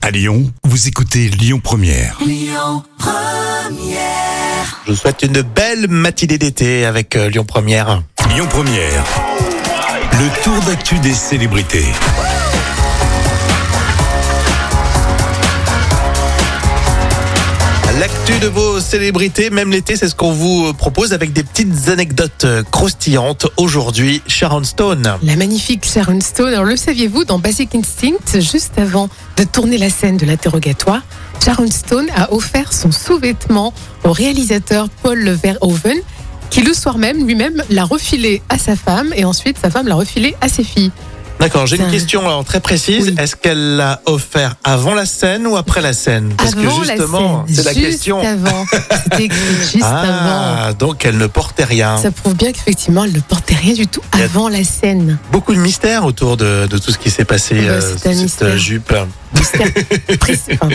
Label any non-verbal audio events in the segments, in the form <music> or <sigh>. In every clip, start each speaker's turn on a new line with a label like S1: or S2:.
S1: À Lyon, vous écoutez Lyon Première.
S2: Je vous souhaite une belle matinée d'été avec euh, Lyon Première.
S1: Lyon Première. Le tour d'actu des célébrités.
S2: L'actu de vos célébrités, même l'été, c'est ce qu'on vous euh, propose avec des petites anecdotes euh, croustillantes. Aujourd'hui, Sharon Stone.
S3: La magnifique Sharon Stone. Alors, le saviez-vous, dans Basic Instinct, juste avant de tourner la scène de l'interrogatoire, Sharon Stone a offert son sous-vêtement au réalisateur Paul Verhoeven, qui le soir même, lui-même, l'a refilé à sa femme et ensuite sa femme l'a refilé à ses filles.
S2: D'accord, j'ai une
S3: Putain.
S2: question alors, très précise.
S3: Oui.
S2: Est-ce qu'elle l'a offert avant la scène ou après la scène Parce
S3: avant
S2: que justement,
S3: la scène,
S2: c'est la
S3: juste
S2: question.
S3: avant. C'était
S2: <laughs>
S3: écrit juste avant.
S2: ah, donc elle ne portait rien.
S3: Ça prouve bien qu'effectivement, elle ne portait rien du tout
S2: Il y a-
S3: avant la scène.
S2: <laughs> Beaucoup de mystères autour de, de tout ce qui s'est passé
S3: Ah bah,
S2: euh,
S3: c'est
S2: sous
S3: un
S2: cette euh,
S3: mystère.
S2: jupe.
S3: Mystère précis. Enfin,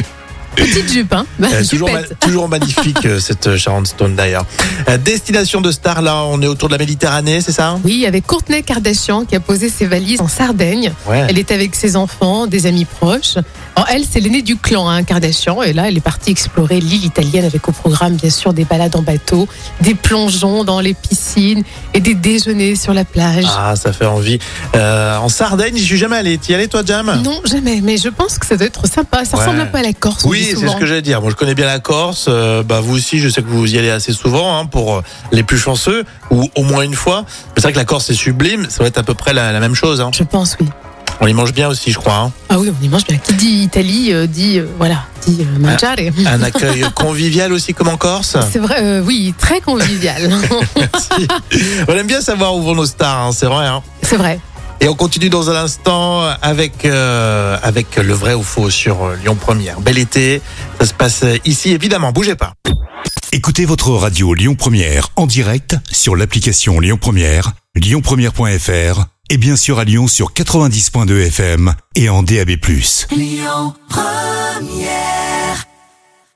S3: petite jupe, hein. Bah, <laughs>
S2: Euh, toujours, ma-
S3: jupette.
S2: toujours magnifique euh, cette euh, Sharon Stone d'ailleurs. Euh, destination de star, là on est autour de la Méditerranée, c'est ça
S3: Oui, avec Courtenay Kardashian qui a posé ses valises en Sardaigne.
S2: Ouais.
S3: Elle est avec ses enfants, des amis proches. Alors, elle, c'est l'aînée du clan hein, Kardashian. Et là, elle est partie explorer l'île italienne avec au programme, bien sûr, des balades en bateau, des plongeons dans les piscines et des déjeuners sur la plage.
S2: Ah, ça fait envie. Euh, en Sardaigne, je suis jamais allé. T'y allais toi, Jam
S3: Non, jamais, mais je pense que ça doit être sympa. Ça
S2: Ah. Ouais.
S3: ressemble un peu à la Corse. on dit
S2: Oui, c'est
S3: souvent.
S2: ce que j'allais dire. Moi, je connais bien la Corse. euh, bah, vous aussi, je sais que vous y allez assez souvent hein, pour euh, les plus chanceux ou au moins une fois. Mais C'est vrai que la Corse c'est sublime. Ça doit être à peu près la, la même chose. hein.
S3: Je pense, oui.
S2: On y mange bien aussi, je <laughs> crois. hein.
S3: Ah oui, on y mange bien. Qui dit Italie euh, dit, euh, voilà, dit euh, mangiare.
S2: Un accueil convivial aussi comme en Corse.
S3: C'est vrai, euh, oui, très
S2: <laughs>
S3: convivial.
S2: Si. On aime bien savoir où vont nos stars. hein, c'est vrai. hein.
S3: c'est vrai.
S2: Et on continue dans un instant avec, euh, avec le vrai ou faux sur euh, Lyon Première. Bel été, ça se passe euh, ici évidemment, bougez pas.
S1: Écoutez votre radio Lyon Première en direct sur l'application Lyon Première, lyonpremière.fr et bien sûr à Lyon sur 90.2 FM et en DAB+.